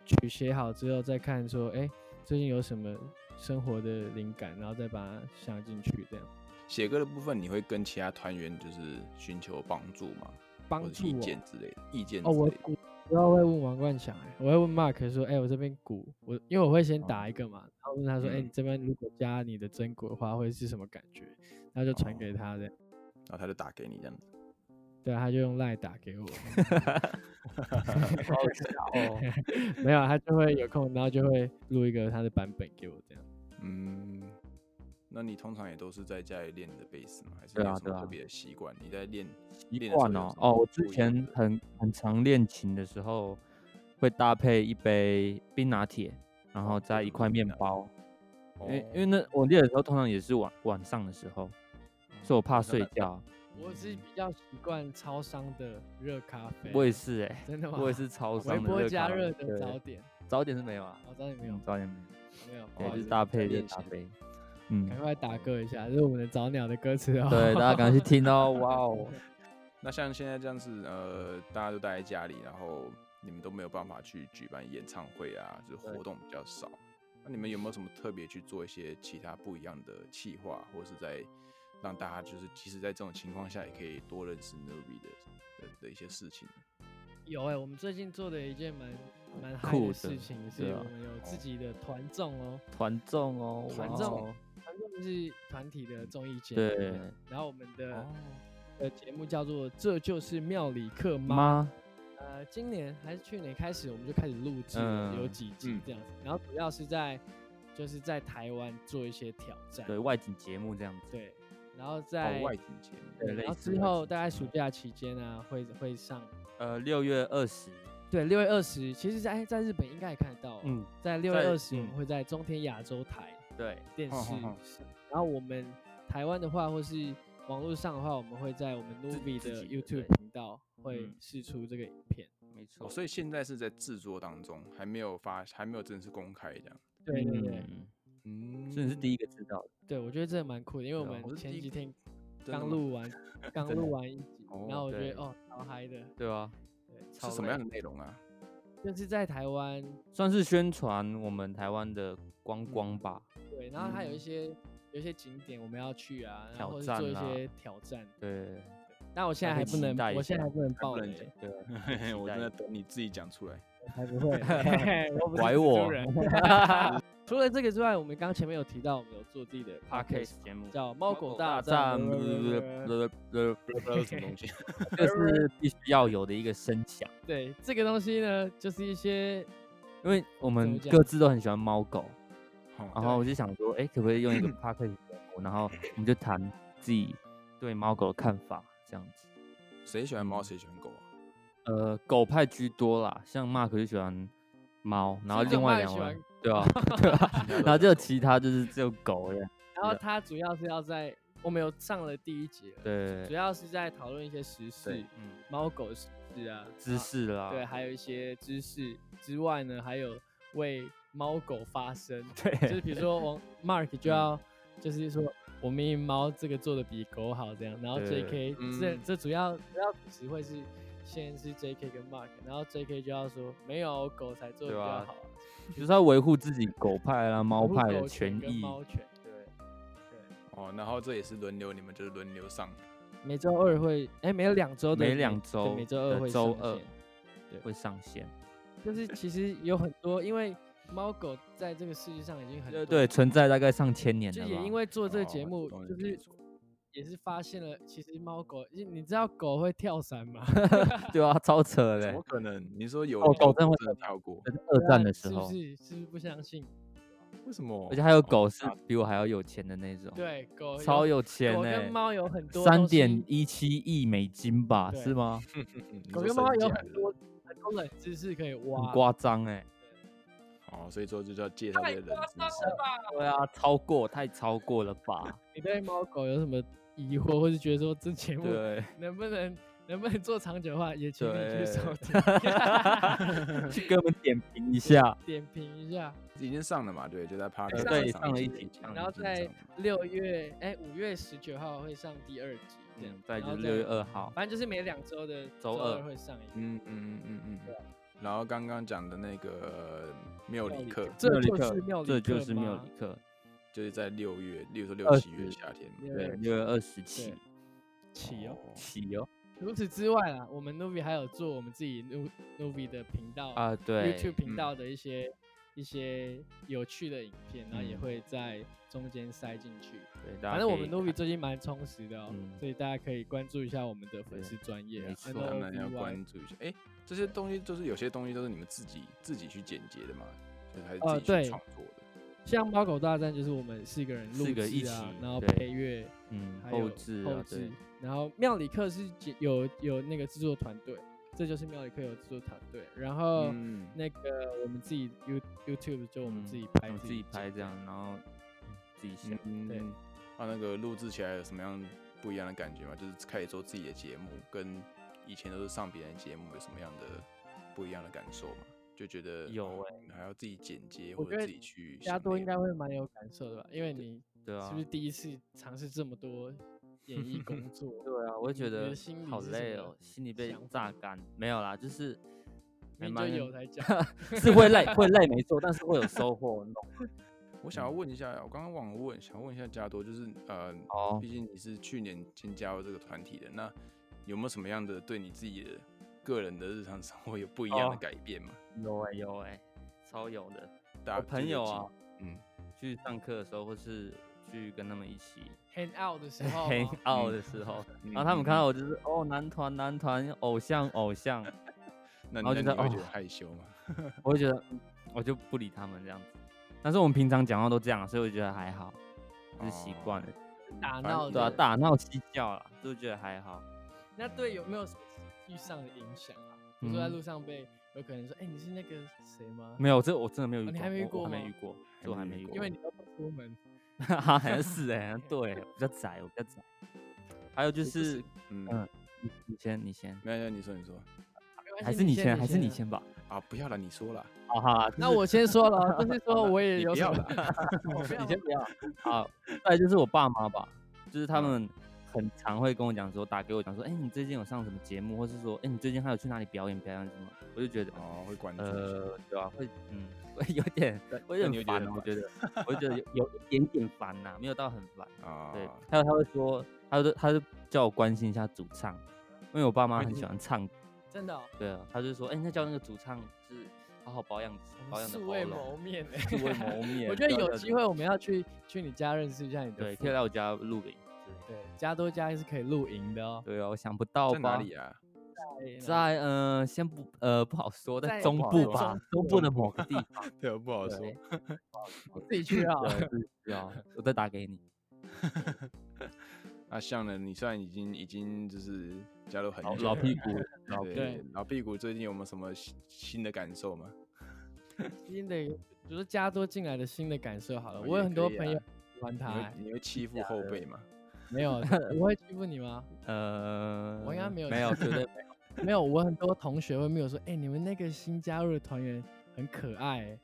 Speaker 2: 曲写好之后再看说，哎、最近有什么生活的灵感，然后再把它想进去，这样
Speaker 1: 写歌的部分，你会跟其他团员就是寻求帮助吗？
Speaker 2: 帮
Speaker 1: 或者
Speaker 2: 助
Speaker 1: 意
Speaker 2: 我。
Speaker 1: 见之类的，意见之
Speaker 2: 哦，我
Speaker 1: 类的。
Speaker 2: 鼓主要会问王冠强、欸，我会问 Mark 说，哎、我这边鼓，我因为我会先
Speaker 3: 哦
Speaker 2: 打一个嘛，然后问他说，哎、
Speaker 1: 嗯
Speaker 2: 你这边如果加你的真鼓的话，会是什么感觉？然后就传给
Speaker 1: 哦
Speaker 2: 他这样，
Speaker 1: 然后他就打给你这样子。
Speaker 2: 对啊，他就用赖打给我，
Speaker 3: 哦，
Speaker 2: 没有，啊他就会有空，然后就会录一个他的版本给我这样。
Speaker 1: 嗯，那你通常也都是在家里练你的贝斯吗？还是
Speaker 3: 对
Speaker 1: 你有
Speaker 3: 啊
Speaker 1: 什么
Speaker 3: 对
Speaker 1: 特
Speaker 3: 啊
Speaker 1: 别的习惯？你在练
Speaker 3: 习
Speaker 1: 练的时候
Speaker 3: 惯
Speaker 1: 有
Speaker 3: 哦
Speaker 1: 什。么
Speaker 3: 哦，我之
Speaker 1: 不一样
Speaker 3: 前
Speaker 1: 的
Speaker 3: 很很常练琴的时候，会搭配一杯冰拿铁，然后再一
Speaker 1: 什么
Speaker 3: 块
Speaker 1: 是冰
Speaker 3: 面
Speaker 1: 拿铁
Speaker 3: 包。因为因为
Speaker 1: 哦
Speaker 3: 那我练的时候，通常也是晚晚上的时候，所以我怕
Speaker 1: 晚上
Speaker 3: 睡
Speaker 1: 大
Speaker 3: 觉。
Speaker 2: 我是比较习惯超商的热咖啡，
Speaker 3: 我也是哎，
Speaker 2: 真的吗？
Speaker 3: 我也是超
Speaker 2: 微
Speaker 3: 伤的。
Speaker 2: 波
Speaker 3: 热
Speaker 2: 加
Speaker 3: 咖
Speaker 2: 热
Speaker 3: 对
Speaker 2: 的早点，
Speaker 3: 早点是没有啊，
Speaker 2: 我、哦、早点没有
Speaker 3: 嗯，早点没有，
Speaker 2: 没有，不
Speaker 3: 对，
Speaker 2: 好意
Speaker 3: 就是
Speaker 2: 思
Speaker 3: 搭配
Speaker 1: 练
Speaker 3: 就搭
Speaker 1: 习
Speaker 3: 配。嗯
Speaker 2: 赶，快打歌一下，这是我们的早鸟的歌词哦。
Speaker 3: 对，大家赶快去听哦，哇哦，
Speaker 1: 那像现在这样子，呃，大家都待在家里，然后你们都没有办法去举办演唱会啊，就是
Speaker 3: 对
Speaker 1: 活动比较少。那你们有没有什么特别去做一些其他不一样的企划，或是在让大家就是即使在这种情况下也可以多认识 Nubi 的的的一些事情？
Speaker 2: 有哎、我们最近做的一件蛮蛮嗨
Speaker 3: 酷
Speaker 2: 的
Speaker 3: 的
Speaker 2: 事情，是
Speaker 3: 对啊
Speaker 2: 我们有自己的团综哦，
Speaker 3: 团众哦，
Speaker 2: 团
Speaker 3: 哇
Speaker 2: 众
Speaker 3: 哦
Speaker 2: 团综是团体的综艺节目，
Speaker 3: 对，
Speaker 2: 然后我们
Speaker 3: 哦
Speaker 2: 的、
Speaker 1: 哦
Speaker 2: 的节目叫做《这就是庙里客妈》。
Speaker 3: 妈，
Speaker 2: 呃，今年还是去年开始，我们就开始录制了有
Speaker 3: 嗯
Speaker 2: 几集
Speaker 1: 嗯
Speaker 2: 这样子，然后主要是在就是在台湾做一些挑战，
Speaker 3: 对外景节目这样子，
Speaker 2: 对然后
Speaker 1: 哦
Speaker 2: 在、
Speaker 1: 外景节目，
Speaker 3: 对类
Speaker 2: 然后
Speaker 3: 似
Speaker 2: 之
Speaker 3: 外嗯
Speaker 2: 后
Speaker 3: 景
Speaker 2: 大概
Speaker 3: 节
Speaker 2: 暑
Speaker 3: 目
Speaker 2: 假期间啊，会会上
Speaker 3: 呃，六月二十，
Speaker 2: 对六月二十，其实在哎在日本应该也看得到哦、
Speaker 3: 嗯，
Speaker 2: 在六月
Speaker 3: 在
Speaker 2: 二十我们
Speaker 3: 嗯
Speaker 2: 会在中天亚洲台
Speaker 3: 对，
Speaker 2: 电视
Speaker 1: 哼
Speaker 2: 上
Speaker 1: 哼哼，
Speaker 2: 然后我们台湾的话，或是网络上的话，我们会在我们 n u
Speaker 3: 自
Speaker 2: b i
Speaker 3: 自
Speaker 2: 的
Speaker 3: 己的
Speaker 2: YouTube
Speaker 3: 对
Speaker 2: 频道会
Speaker 3: 嗯
Speaker 2: 试出这个影片。
Speaker 3: 没错
Speaker 1: 哦，所以现在是在制作当中，还没有发，还没有正式公开这样。
Speaker 2: 对对对，
Speaker 3: 嗯
Speaker 1: 嗯，
Speaker 3: 所以你是第一个知道的，
Speaker 2: 对我觉得这蛮酷的，因为我
Speaker 3: 对啊
Speaker 2: 们
Speaker 1: 我是
Speaker 2: 前
Speaker 1: 第一
Speaker 2: 几
Speaker 1: 个
Speaker 2: 天
Speaker 1: 嗯真的
Speaker 2: 刚
Speaker 1: 吗
Speaker 2: 录 完，刚
Speaker 3: 真的
Speaker 2: 录完一集，然后我觉
Speaker 3: 对
Speaker 2: 得哦超嗨的，
Speaker 3: 对啊吧？
Speaker 1: 是什么样的内容 啊？
Speaker 2: 就是在台湾
Speaker 3: 算是宣传我们台湾的观光吧，
Speaker 2: 对，然后还有一
Speaker 1: 嗯
Speaker 2: 些有一些景点我们要去啊，然
Speaker 3: 挑
Speaker 2: 后或是
Speaker 3: 战
Speaker 2: 做一
Speaker 3: 啦
Speaker 2: 些挑战。
Speaker 3: 对
Speaker 2: 但我现在
Speaker 3: 大家
Speaker 2: 还
Speaker 3: 可以
Speaker 2: 不
Speaker 3: 期
Speaker 2: 能
Speaker 3: 待，一
Speaker 2: 我现在
Speaker 3: 下
Speaker 2: 还不能
Speaker 1: 还
Speaker 2: 爆
Speaker 1: 不能
Speaker 2: 雷，
Speaker 1: 讲
Speaker 3: 对，
Speaker 1: 嘿嘿，
Speaker 3: 期
Speaker 1: 我
Speaker 3: 待
Speaker 1: 真的等你自己讲出来。
Speaker 2: 才不会，嘿嘿 我不是
Speaker 3: 拐
Speaker 2: 蜘蛛
Speaker 3: 我
Speaker 2: 人除了这个之外，我们刚前面有提到，我们有做自己的 podcast
Speaker 3: podcast 节目
Speaker 2: 叫《
Speaker 3: 猫
Speaker 2: 猫狗
Speaker 3: 狗
Speaker 2: 大
Speaker 3: 战
Speaker 2: 战》，
Speaker 1: 不知道是什么东 西。
Speaker 3: 这是必须要有的一个声响，
Speaker 2: 对这个东西呢，就是一些
Speaker 3: 因为我们
Speaker 2: 怎么
Speaker 3: 各
Speaker 2: 讲
Speaker 3: 自都很喜欢猫狗，然
Speaker 1: 哦
Speaker 3: 后我就想说，哎、可不可以用一 个 podcast 节目，然后我们就谈自己对猫狗的看法，这样子。
Speaker 1: 谁喜欢
Speaker 3: 嗯
Speaker 1: 猫，谁喜欢狗啊？
Speaker 3: 呃，狗派居多啦，像 Mark 就喜欢猫，然后
Speaker 2: 其实
Speaker 3: 另
Speaker 2: 我
Speaker 3: 外
Speaker 2: 蛮
Speaker 3: 两
Speaker 2: 喜欢
Speaker 3: 位，对啊，对啊，
Speaker 1: 其他都
Speaker 3: 然
Speaker 1: 是狗
Speaker 3: 后就其他就是只有狗的，
Speaker 2: 然后
Speaker 3: 对
Speaker 2: 它主要是要在我们有上了第一集了，主
Speaker 3: 对，
Speaker 2: 要是在讨论一些时事
Speaker 1: 对，
Speaker 3: 嗯，
Speaker 2: 猫狗时事啊，
Speaker 3: 知识啦，
Speaker 2: 啊对，还有一些知识之外呢，还有为猫狗发声，就
Speaker 3: 对
Speaker 2: 是比如说王 Mark 就要就是说我们赢猫这个做的比狗好这样，然后
Speaker 3: 对
Speaker 2: JK 这、
Speaker 1: 嗯
Speaker 2: 这主要主要主持会是先是 JK 跟 Mark，然后 JK 就要说没有狗才做的比
Speaker 3: 对
Speaker 2: 较
Speaker 3: 啊
Speaker 2: 好啊，
Speaker 3: 就是要维护自己狗派啦、猫
Speaker 2: 保护
Speaker 3: 派的
Speaker 2: 狗
Speaker 3: 权
Speaker 2: 权跟
Speaker 3: 益，
Speaker 2: 猫权。
Speaker 1: 哦，然后这也是轮流，你们就是轮流上。
Speaker 2: 每周二会，哎，每两周的
Speaker 3: 每两
Speaker 2: 对
Speaker 3: 周
Speaker 2: 每周二
Speaker 3: 的
Speaker 2: 会
Speaker 3: 周
Speaker 2: 上
Speaker 3: 二
Speaker 2: 线对
Speaker 3: 会上线，
Speaker 2: 就是其实有很多，因为猫狗在这个世界上已经很
Speaker 3: 对
Speaker 2: 多
Speaker 3: 对，存在大概上千年
Speaker 2: 就
Speaker 3: 了
Speaker 2: 也
Speaker 3: 吧
Speaker 2: 因为做这个
Speaker 1: 哦
Speaker 2: 节
Speaker 1: 我
Speaker 2: 目，
Speaker 1: 懂你
Speaker 2: 就
Speaker 1: 的意
Speaker 2: 是
Speaker 1: 思
Speaker 2: 也是发现了，其实猫狗，你你知道狗会跳伞吗？
Speaker 3: 对啊，超扯
Speaker 1: 怎
Speaker 3: 嘞
Speaker 1: 么，可能？你说有
Speaker 3: 哦狗真
Speaker 1: 真
Speaker 3: 会
Speaker 1: 的跳过？
Speaker 3: 这是二战的时候
Speaker 2: 啊是不，是是不是不相信？
Speaker 1: 为什么？
Speaker 3: 而且还有
Speaker 1: 哦
Speaker 3: 狗是比我还要有钱的那种，，
Speaker 2: 对，狗
Speaker 3: 哦超
Speaker 2: 有
Speaker 3: 有钱
Speaker 2: 狗
Speaker 3: 呢
Speaker 2: 跟，猫有很多
Speaker 3: 三
Speaker 2: 东西
Speaker 3: 点一七亿美金吧，
Speaker 2: 对
Speaker 3: 是吗？
Speaker 1: 嗯你
Speaker 2: 狗
Speaker 1: 说
Speaker 2: 跟猫
Speaker 1: 身
Speaker 2: 有
Speaker 1: 价
Speaker 2: 很
Speaker 1: 的
Speaker 2: 多很多冷知识可以
Speaker 3: 很
Speaker 2: 挖。
Speaker 3: 夸张哎，
Speaker 1: 哦，所以说就叫介绍这些人知识。
Speaker 3: 对啊，超过太超过了 吧？
Speaker 2: 你对猫狗有什么疑惑，或是觉得说这节目
Speaker 3: 对，
Speaker 2: 能不能能不能做长久的话，也请你去收听
Speaker 3: 去给我们点评一下，
Speaker 2: 点评一下。
Speaker 1: 已经上了嘛？对，就在 p a r
Speaker 3: 呃
Speaker 1: k
Speaker 3: 对上了一集上
Speaker 2: 然后在六月哎五月十九号会上第二集，这样
Speaker 3: 嗯，对，
Speaker 2: 然
Speaker 3: 就
Speaker 2: 后
Speaker 3: 是
Speaker 2: 再
Speaker 3: 六月二号，
Speaker 2: 反正就是每两周的
Speaker 3: 周
Speaker 2: 二
Speaker 3: 二
Speaker 2: 会上一集。
Speaker 1: 嗯嗯嗯嗯嗯，然后刚刚讲的那个缪里克，
Speaker 2: 这
Speaker 3: 妙里
Speaker 2: 就
Speaker 3: 克
Speaker 2: 是妙里
Speaker 3: 这
Speaker 2: 克
Speaker 3: 就是缪
Speaker 2: 吗
Speaker 3: 里克，
Speaker 1: 就是在六月，例如说六
Speaker 3: 20
Speaker 1: 七月夏天嘛。
Speaker 2: 对
Speaker 3: 对，
Speaker 2: 27
Speaker 3: 六月二十七
Speaker 2: 对起哦。
Speaker 3: 起哦
Speaker 2: 除此之外啦，我们 Novi 还有做我们自己 Nu- Novi 的频道
Speaker 3: 啊，对
Speaker 2: 哦 YouTube
Speaker 1: 嗯
Speaker 2: 频道的一些、一些有趣的影片，然后也
Speaker 3: 嗯
Speaker 2: 会在中间塞进去。
Speaker 3: 对，大家
Speaker 2: 反正我
Speaker 3: 可以
Speaker 2: 们 Novi
Speaker 3: 看
Speaker 2: 最近蛮充实的哦，
Speaker 3: 嗯
Speaker 2: 所以大家可以关注一下我们的
Speaker 3: 对
Speaker 2: 粉丝专业、
Speaker 3: 没
Speaker 2: 啊，
Speaker 3: 错
Speaker 1: 当
Speaker 2: Novi
Speaker 1: 然要
Speaker 2: Y
Speaker 1: 关注一下。哎、这些东西就是有些东西都是你们自己自己去剪辑的嘛，就是还是
Speaker 2: 呃
Speaker 1: 自己
Speaker 2: 对
Speaker 1: 去创作的。
Speaker 2: 像猫狗大战就是我们四个人录
Speaker 3: 四个一
Speaker 2: 制啊
Speaker 3: 起，
Speaker 2: 然后
Speaker 3: 对
Speaker 2: 配乐，
Speaker 3: 嗯
Speaker 2: 还
Speaker 3: 后
Speaker 2: 有
Speaker 3: 置
Speaker 2: 后
Speaker 3: 啊，
Speaker 2: 置
Speaker 3: 对，
Speaker 2: 然后妙里克是解有有那个制作团队，这就是妙里克有制作团队，然后
Speaker 1: 嗯，
Speaker 2: 那个我们自己 You YouTube 就我们
Speaker 3: 嗯
Speaker 2: 自己拍
Speaker 3: 我自己
Speaker 2: 剪
Speaker 3: 拍这
Speaker 2: 的
Speaker 3: 样，然后自己想，
Speaker 1: 嗯
Speaker 2: 对
Speaker 1: 那那个录制起来有什么样不一样的感觉吗？就是开始做自己的节目，跟以前都是上别人的节目有什么样的不一样的感受吗？就觉得
Speaker 3: 有
Speaker 1: 啊还要自己剪接
Speaker 2: 欸我
Speaker 1: 或者
Speaker 2: 觉
Speaker 1: 自
Speaker 2: 得
Speaker 1: 己去
Speaker 2: 大家
Speaker 1: 想
Speaker 2: 都
Speaker 1: 内
Speaker 2: 应该
Speaker 1: 容
Speaker 2: 会蛮有感受的吧？因为你
Speaker 3: 对啊，
Speaker 2: 是不是第一次尝试这么多演艺 工作？
Speaker 3: 对啊，我会
Speaker 2: 你
Speaker 3: 觉
Speaker 2: 你的
Speaker 3: 得
Speaker 2: 心里
Speaker 3: 好
Speaker 2: 是什
Speaker 3: 累
Speaker 2: 么
Speaker 3: 哦，心里被
Speaker 2: 想法
Speaker 3: 榨干，没有啦，就是还
Speaker 2: 你就
Speaker 3: 蛮
Speaker 2: 有才讲，
Speaker 3: 是会累，会累没错，但是会有收获，你懂吗
Speaker 1: 我想要
Speaker 3: 嗯
Speaker 1: 问一下，我刚刚忘了问，想问一下加多，就是呃，
Speaker 3: 哦
Speaker 1: 毕竟你是去年先加入这个团体的，那有没有什么样的对你自己的个人的日常生活有不一样的
Speaker 3: 哦
Speaker 1: 改变吗？
Speaker 3: 有
Speaker 2: 欸
Speaker 3: 哎、有哎、超有的。
Speaker 1: 大
Speaker 3: 我
Speaker 1: 家
Speaker 3: 朋友啊，，
Speaker 1: 嗯，
Speaker 3: 去上课的时候，或是去跟他们一起
Speaker 2: hang out 的时候哦
Speaker 3: 黑
Speaker 2: 吗
Speaker 3: out
Speaker 1: 嗯
Speaker 3: 的时候，
Speaker 1: 嗯
Speaker 3: 然后他们看
Speaker 1: 嗯
Speaker 3: 到我就是哦，男团男团，偶像偶像，
Speaker 1: 那你
Speaker 3: 然
Speaker 1: 那
Speaker 3: 后就
Speaker 1: 你
Speaker 3: 在
Speaker 1: 会觉
Speaker 3: 哦
Speaker 1: 得害羞吗？
Speaker 3: 我会觉得嗯我就不理他们这样子。但是我们平常讲话都这样，啊所以我觉得还好， 就是习惯了。
Speaker 2: 打
Speaker 1: 反
Speaker 2: 闹
Speaker 1: 正
Speaker 3: 对啊，
Speaker 2: 的。
Speaker 3: 大闹嬉笑啦，就觉得还好。
Speaker 2: 那对有没有什么遇上的影响啊？比如说在
Speaker 3: 嗯
Speaker 2: 路上被有可能说，哎、你是那个谁吗？
Speaker 3: 没有，这我真的没有遇
Speaker 2: 哦
Speaker 3: 过，
Speaker 2: 你还没遇
Speaker 3: 我
Speaker 2: 过
Speaker 3: 我还没
Speaker 2: 吗
Speaker 3: 遇过，这我还没遇过，
Speaker 2: 因为你都不出门。
Speaker 3: 好像是哎、对，我比较宅，我比较宅。还有就
Speaker 1: 这
Speaker 3: 是，
Speaker 2: 啊
Speaker 1: 嗯，
Speaker 3: 嗯你你先，你先，
Speaker 1: 没有没有，你说你说
Speaker 2: 没关
Speaker 3: 还
Speaker 2: 系
Speaker 3: 是你
Speaker 2: 先，
Speaker 3: 先，还是你
Speaker 2: 啊。
Speaker 3: 先吧。啊
Speaker 1: 啊，不要了，你 说了，
Speaker 3: 好好啦，
Speaker 2: 那我先说了哦，就是说我 也
Speaker 1: 你
Speaker 2: 有
Speaker 1: 不
Speaker 2: 什
Speaker 1: 要
Speaker 2: 么，
Speaker 1: 了，
Speaker 2: 我不要
Speaker 3: 你先不要。好， 再来就是我爸妈吧，就是他们很常会跟我讲说，打给我讲说，哎、你最近有上什么节目，或是说，哎、你最近还有去哪里表演表演什么？我就觉得，
Speaker 1: 哦，会 关注一下，
Speaker 3: 呃，对啊，会，嗯， 会有点，我有
Speaker 1: 你会
Speaker 3: 点
Speaker 1: 觉得
Speaker 3: 烦
Speaker 1: 很
Speaker 3: 哦，我觉得，我就觉得有有一点点烦呐、没有到很烦。
Speaker 1: 啊，
Speaker 2: 哦
Speaker 3: 哦对，还有他会说，他就他就叫我关心一下主唱，因为我爸妈很喜欢唱歌，
Speaker 2: 真的哦、
Speaker 3: 对啊，他就说，哎、那叫那个主唱就是好好保养保养的
Speaker 2: 素
Speaker 3: 喉
Speaker 2: 未
Speaker 3: 咙，
Speaker 2: 谋 面呢、
Speaker 3: 素未谋面。
Speaker 2: 我觉得
Speaker 3: 对啊
Speaker 2: 有
Speaker 3: 对啊
Speaker 2: 机会我们要去去你家认识一下你的父母。
Speaker 3: 对，可以来我家录个影之类的。
Speaker 2: 对，加多家是可以露营的哦。
Speaker 3: 对啊，我想不到
Speaker 1: 在哪
Speaker 3: 吧？
Speaker 1: 里啊？
Speaker 3: 在呃，先不呃不好说，在
Speaker 2: 在
Speaker 3: 中
Speaker 2: 不好
Speaker 3: 部
Speaker 2: 说
Speaker 3: 吧，
Speaker 2: 中
Speaker 3: 中
Speaker 2: 部
Speaker 3: 部的某个地方。
Speaker 1: 对啊，不好
Speaker 3: 对
Speaker 1: 说，
Speaker 2: 我自己去啊。
Speaker 3: 对，是是啊，我再打给你。
Speaker 1: 那像呢，你虽然已经已经就是加入很
Speaker 3: 老
Speaker 1: 久
Speaker 3: 老
Speaker 1: 了
Speaker 3: 屁股，老屁
Speaker 1: 对
Speaker 2: 对，
Speaker 1: 老屁股最近有没有什么新新的感受吗？
Speaker 2: 新的，比如说加多进来的新的感受好了，
Speaker 1: 哦也
Speaker 2: 我有很
Speaker 1: 可
Speaker 2: 多
Speaker 1: 以
Speaker 2: 朋
Speaker 1: 啊
Speaker 2: 友喜欢他、
Speaker 1: 你
Speaker 2: 欸
Speaker 3: 啊
Speaker 1: 会，你会欺负后辈 吗？
Speaker 2: 没有，我会欺负你吗？
Speaker 3: 呃，
Speaker 2: 我应该没有
Speaker 3: 没有，
Speaker 2: 去
Speaker 3: 绝对没
Speaker 2: 没有，我很多同学会没有说，哎、你们那个新加入的团员很可爱、欸，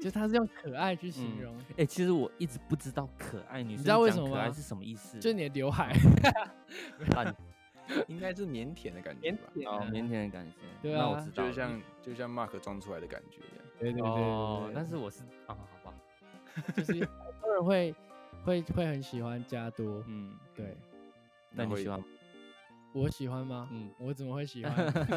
Speaker 2: 就他是用可爱去形
Speaker 3: 嗯
Speaker 2: 容，
Speaker 3: 哎、其实我一直不知道可爱女生
Speaker 2: 知道为
Speaker 3: 讲
Speaker 2: 什么
Speaker 3: 可爱
Speaker 2: 吗
Speaker 3: 是什么意思，
Speaker 2: 就你的刘海
Speaker 3: 烂
Speaker 1: 应该是腼腆的感觉
Speaker 2: 腼
Speaker 1: 吧，
Speaker 2: 腆
Speaker 3: 哦
Speaker 2: 啊，
Speaker 3: 腼腆的感觉。
Speaker 2: 对
Speaker 3: 那我
Speaker 2: 啊
Speaker 3: 知道
Speaker 1: 就
Speaker 3: 了。
Speaker 1: 像就像 Mark 装出来的感觉一样。
Speaker 2: 对对对对
Speaker 3: 哦，
Speaker 2: 对
Speaker 3: 但是我是啊，好吧，
Speaker 2: 就是很多人会会会很喜欢加多，
Speaker 3: 嗯，
Speaker 2: 对
Speaker 3: 那你
Speaker 1: 会
Speaker 3: 喜欢吗？
Speaker 2: 我喜欢吗？
Speaker 3: 嗯，
Speaker 2: 我怎么会喜欢？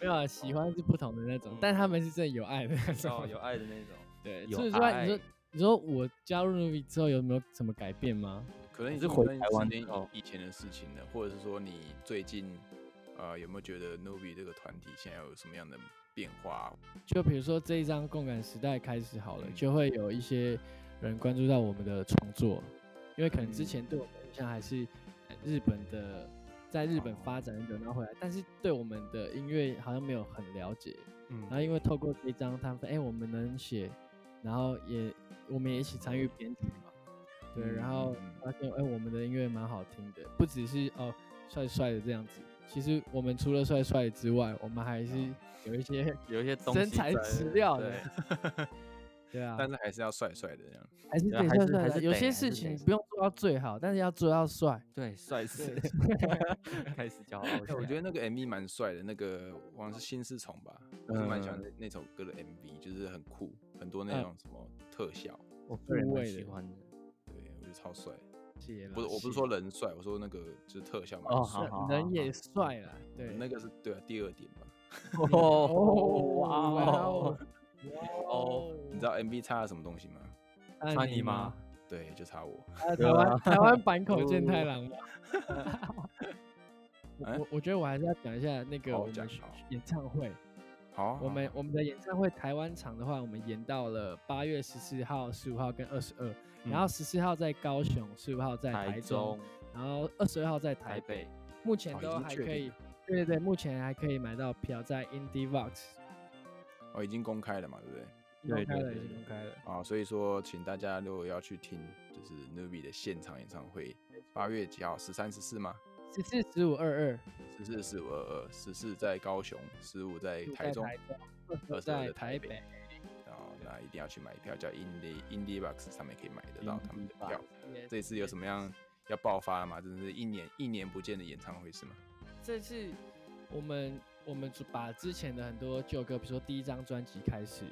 Speaker 2: 没有啊，喜欢是不同的那种，但他们是真的有爱的那种。
Speaker 3: 爱的那种。
Speaker 2: 对，
Speaker 3: 哦有
Speaker 2: 除此之外，你
Speaker 3: 爱
Speaker 2: 说你说我加入 Ruby 之后有没有什么改变吗？
Speaker 1: 可能已
Speaker 3: 是
Speaker 1: 经
Speaker 3: 回
Speaker 1: 跟
Speaker 3: 台湾
Speaker 1: 十年
Speaker 3: 之后
Speaker 1: 以以前的事情了，或者是说你最近呃有没有觉得 Novi 这个团体现在有什么样的变化？啊
Speaker 2: 就比如说这一张《共感时代》开始好了，
Speaker 1: 嗯
Speaker 2: 就会有一些人关注到我们的创作，因为可能之
Speaker 1: 嗯
Speaker 2: 前对我们的印象还是呃日本的，在日本
Speaker 1: 哦
Speaker 2: 发展日本然后回来，但是对我们的音乐好像没有很了解。
Speaker 1: 嗯
Speaker 2: 然后因为透过这一张，他们说哎、我们能写，然后也我们也一起参与编曲嘛，对，然后
Speaker 1: 嗯
Speaker 2: 发现哎、我们的音乐蛮好听的，不只是哦帅帅的这样子。其实我们除了帅帅之外，我们还是有一些
Speaker 3: 哦 有一些东西
Speaker 2: 真材
Speaker 3: 在
Speaker 2: 实料的
Speaker 3: 对
Speaker 2: 对啊，
Speaker 1: 但是还是要帅帅的这样。
Speaker 2: 还是
Speaker 3: 对啊
Speaker 2: 得
Speaker 3: 还
Speaker 2: 帅
Speaker 3: 是
Speaker 2: 帅
Speaker 3: 还
Speaker 2: 的
Speaker 3: 是
Speaker 2: 有
Speaker 3: 得
Speaker 2: 些
Speaker 3: 还
Speaker 2: 事
Speaker 3: 是
Speaker 2: 情
Speaker 3: 得
Speaker 2: 不用做到最好，但是要做到帅。
Speaker 3: 对，帅 死
Speaker 2: 对，
Speaker 3: 开始骄傲 起来。
Speaker 1: 我啊觉得那个 MV 蛮帅的，那个好像是《新四重》吧，我是蛮喜
Speaker 3: 嗯
Speaker 1: 欢那那首歌的 MV，就是很酷，很多那种什么特效，
Speaker 3: 我个人
Speaker 2: 位
Speaker 3: 蛮
Speaker 2: 的
Speaker 3: 喜欢的。
Speaker 1: 对我觉得超帅。
Speaker 3: 嗯
Speaker 2: 谢啦
Speaker 1: 不是，我不是
Speaker 2: 谢
Speaker 1: 说人帅，我说那个就是特效蛮
Speaker 3: 哦
Speaker 1: 帅
Speaker 3: 好
Speaker 1: 的。
Speaker 3: 好
Speaker 2: 人
Speaker 3: 好
Speaker 2: 也帅啦，对，哦
Speaker 1: 那个是对啊，第二点吧。
Speaker 2: 哇
Speaker 3: 哦
Speaker 2: 哦，
Speaker 3: 哦
Speaker 1: 你知道 MV 插了什么东西吗？
Speaker 2: 爱
Speaker 3: 穿
Speaker 2: 你
Speaker 3: 你吗？？
Speaker 1: 对，就插我。
Speaker 2: 啊，
Speaker 3: 对
Speaker 2: 台
Speaker 3: 啊
Speaker 2: 湾台湾坂口健太 郎嘛。
Speaker 1: 哎
Speaker 2: 我我我觉得我还是要讲一下那个
Speaker 1: 好
Speaker 2: 我
Speaker 1: 讲
Speaker 2: 们
Speaker 1: 好
Speaker 2: 演唱会，
Speaker 1: 好，啊
Speaker 2: 我们
Speaker 1: 好
Speaker 2: 我们的演唱会台湾场的话，我们延到了八月十四号、十五号跟二十二，
Speaker 1: 嗯
Speaker 2: 然后十四号在高雄，十五号在台
Speaker 3: 台
Speaker 2: 中，
Speaker 3: 中、
Speaker 2: 然后二十二号在台
Speaker 3: 台
Speaker 2: 北
Speaker 3: 北，，
Speaker 2: 目前
Speaker 1: 哦已
Speaker 2: 都
Speaker 1: 经
Speaker 2: 还
Speaker 1: 确
Speaker 2: 可
Speaker 1: 定
Speaker 2: 以，对对对，目前还可以买到票在 IndieVox，
Speaker 1: 哦已经公开了嘛，对不对？
Speaker 2: 已经
Speaker 3: 对
Speaker 2: 公开
Speaker 3: 对
Speaker 2: 了，
Speaker 3: 对
Speaker 2: 已经公
Speaker 3: 对
Speaker 2: 开了。
Speaker 1: 啊，所以说，请大家如果要去听就是 Nubi 的现场演唱会，八月几号？十三、十四吗？
Speaker 2: 十四、十五、二二，
Speaker 1: 十四、十五、二二，十四在高雄，十五在
Speaker 2: 15
Speaker 1: 台中，
Speaker 2: 在
Speaker 1: 22
Speaker 2: 22在
Speaker 1: 在台
Speaker 2: 台
Speaker 1: 北
Speaker 2: 北。
Speaker 1: 哦，那一定要去买票，叫 Indie Indie Box 上面可以买得到他们的
Speaker 3: Indie
Speaker 1: 票
Speaker 3: Box。
Speaker 1: 这次有什么样要爆发了吗？真的是一年一年不见的演唱会是吗？
Speaker 2: 这次我们我们就把之前的很多旧歌，比如说第一张专辑开始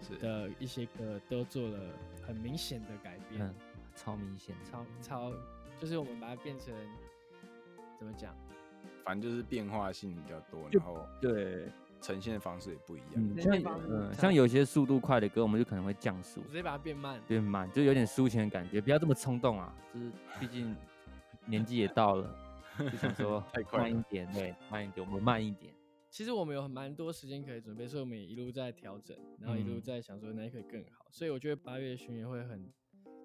Speaker 1: 是
Speaker 2: 的一些歌，都做了很明显的改编，
Speaker 3: 嗯，超明显的，
Speaker 2: 超超就是我们把它变成怎么讲？
Speaker 1: 反正就是变化性比较多，
Speaker 3: 就
Speaker 1: 然后
Speaker 3: 对，
Speaker 1: 呈现方式也不一样。
Speaker 3: 嗯，
Speaker 2: 那
Speaker 3: 像
Speaker 2: 地
Speaker 3: 有
Speaker 2: 方
Speaker 3: 嗯，
Speaker 2: 超
Speaker 3: 像有些速度快的歌，我们就可能会降速
Speaker 2: 我，直接把它变慢。
Speaker 3: 变慢，就有点抒情的感觉，不要这么冲动啊，就是毕竟年纪也到了，就想说
Speaker 1: 太快
Speaker 3: 慢
Speaker 1: 了
Speaker 3: 一点，对，慢一点，我们慢一点，
Speaker 2: 其实我们有很蛮多时间可以准备，所以我们也一路在调整，然后一路
Speaker 3: 嗯
Speaker 2: 在想说哪里可以更好。所以我觉得八月巡演会很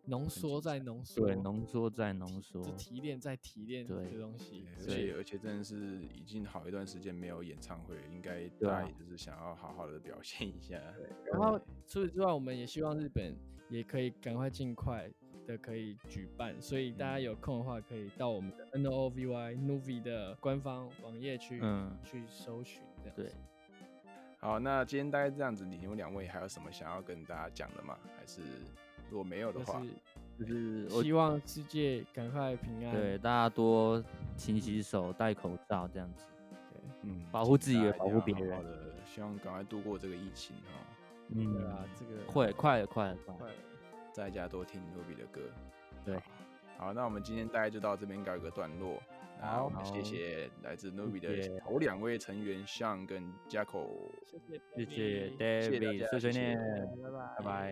Speaker 2: 浓缩，
Speaker 1: 精彩
Speaker 2: 再浓缩，
Speaker 3: 对，
Speaker 1: 哦
Speaker 3: 浓缩再浓缩
Speaker 2: 就，提炼再提炼
Speaker 3: 对
Speaker 2: 这东西
Speaker 1: 对。而
Speaker 2: 所以
Speaker 1: 且而且真的是已经好一段时间没有演唱会了，应该
Speaker 3: 对
Speaker 1: 大
Speaker 3: 啊
Speaker 1: 家也就是想要好好的表现一下。
Speaker 2: 然后除此之外，我们也希望日本也可以赶快尽快的可以举办，所以
Speaker 3: 嗯
Speaker 2: 大家有空的话可以到我们的 N O V Y Novi 的官方网页去、
Speaker 3: 嗯
Speaker 2: 去搜寻这样子。
Speaker 3: 对，
Speaker 1: 好，那今天大概这样子，你们两位还有什么想要跟大家讲的吗？还是如果没有的话，
Speaker 3: 就是
Speaker 2: 就
Speaker 3: 我
Speaker 2: 是希望世界赶快平安。
Speaker 3: 对大家多勤洗手、戴口罩这样子，
Speaker 1: 嗯，
Speaker 3: 保护
Speaker 1: 请
Speaker 3: 自己
Speaker 1: 大
Speaker 3: 也
Speaker 1: 家
Speaker 3: 保
Speaker 1: 一
Speaker 3: 护
Speaker 1: 定要
Speaker 3: 别
Speaker 1: 好好啊的，希望赶快度过这个疫情哈，
Speaker 3: 嗯
Speaker 2: 对，啊，这个
Speaker 3: 会快了快了快了，
Speaker 2: 快了
Speaker 1: 在家多听卢比的歌。
Speaker 3: 对，
Speaker 1: 好，那我们今天大概就到这边告一个段落。那我们谢
Speaker 3: 好
Speaker 1: 谢来自 Nubi
Speaker 3: 谢谢
Speaker 1: 的头两位成员 s h a n 跟 Jaco，
Speaker 2: 谢
Speaker 3: 谢
Speaker 2: 谢
Speaker 3: 谢
Speaker 2: David，
Speaker 1: 谢大
Speaker 3: David
Speaker 1: 家
Speaker 3: 碎碎
Speaker 1: 谢谢
Speaker 3: 念，
Speaker 2: 拜拜。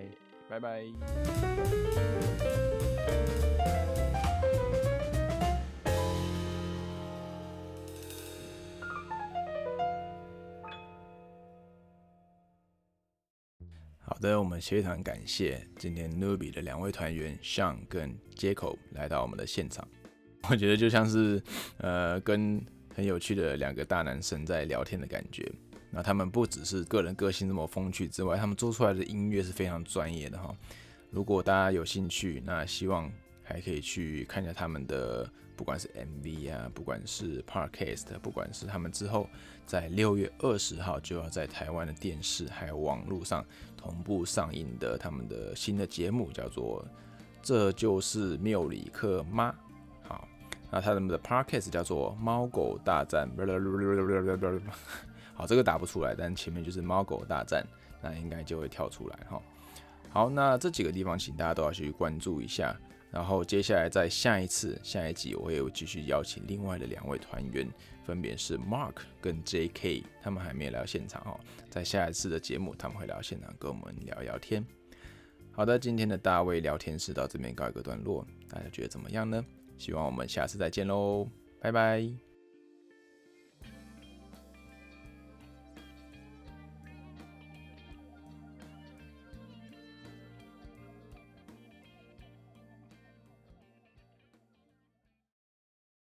Speaker 1: 拜
Speaker 3: 拜拜。
Speaker 1: 拜。好的，我们非常感谢今天 Nubi 的两位团员 Sean 跟 Jaco 来到我们的现场。 我觉得就像是呃跟很有趣的两个大男生在聊天的感觉。那他们不只是个人个性这么风趣之外，他们做出来的音乐是非常专业的哈。如果大家有兴趣，那希望还可以去看一下他们的，不管是 MV 啊，不管是 Podcast，不啊管是他们之后在六月二十号就要在台湾的电视还有网络上同步上映的他们的新的节目，叫做《这就是缪里克吗》。好，那他们的 Podcast 叫做《猫狗大战》。 好，这个打不出来，但前面就是猫狗大战，那应该就会跳出来哈。好，那这几个地方请大家都要去关注一下。然后接下来在下一次下一集，我也会继续邀请另外的两位团员，分别是 Mark 跟 J.K，他们还没有来到现场哦，在下一次的节目他们会来到现场跟我们聊一聊天。好的，今天的大卫聊天室到这边告一个段落，大家觉得怎么样呢？希望我们下次再见喽，拜拜。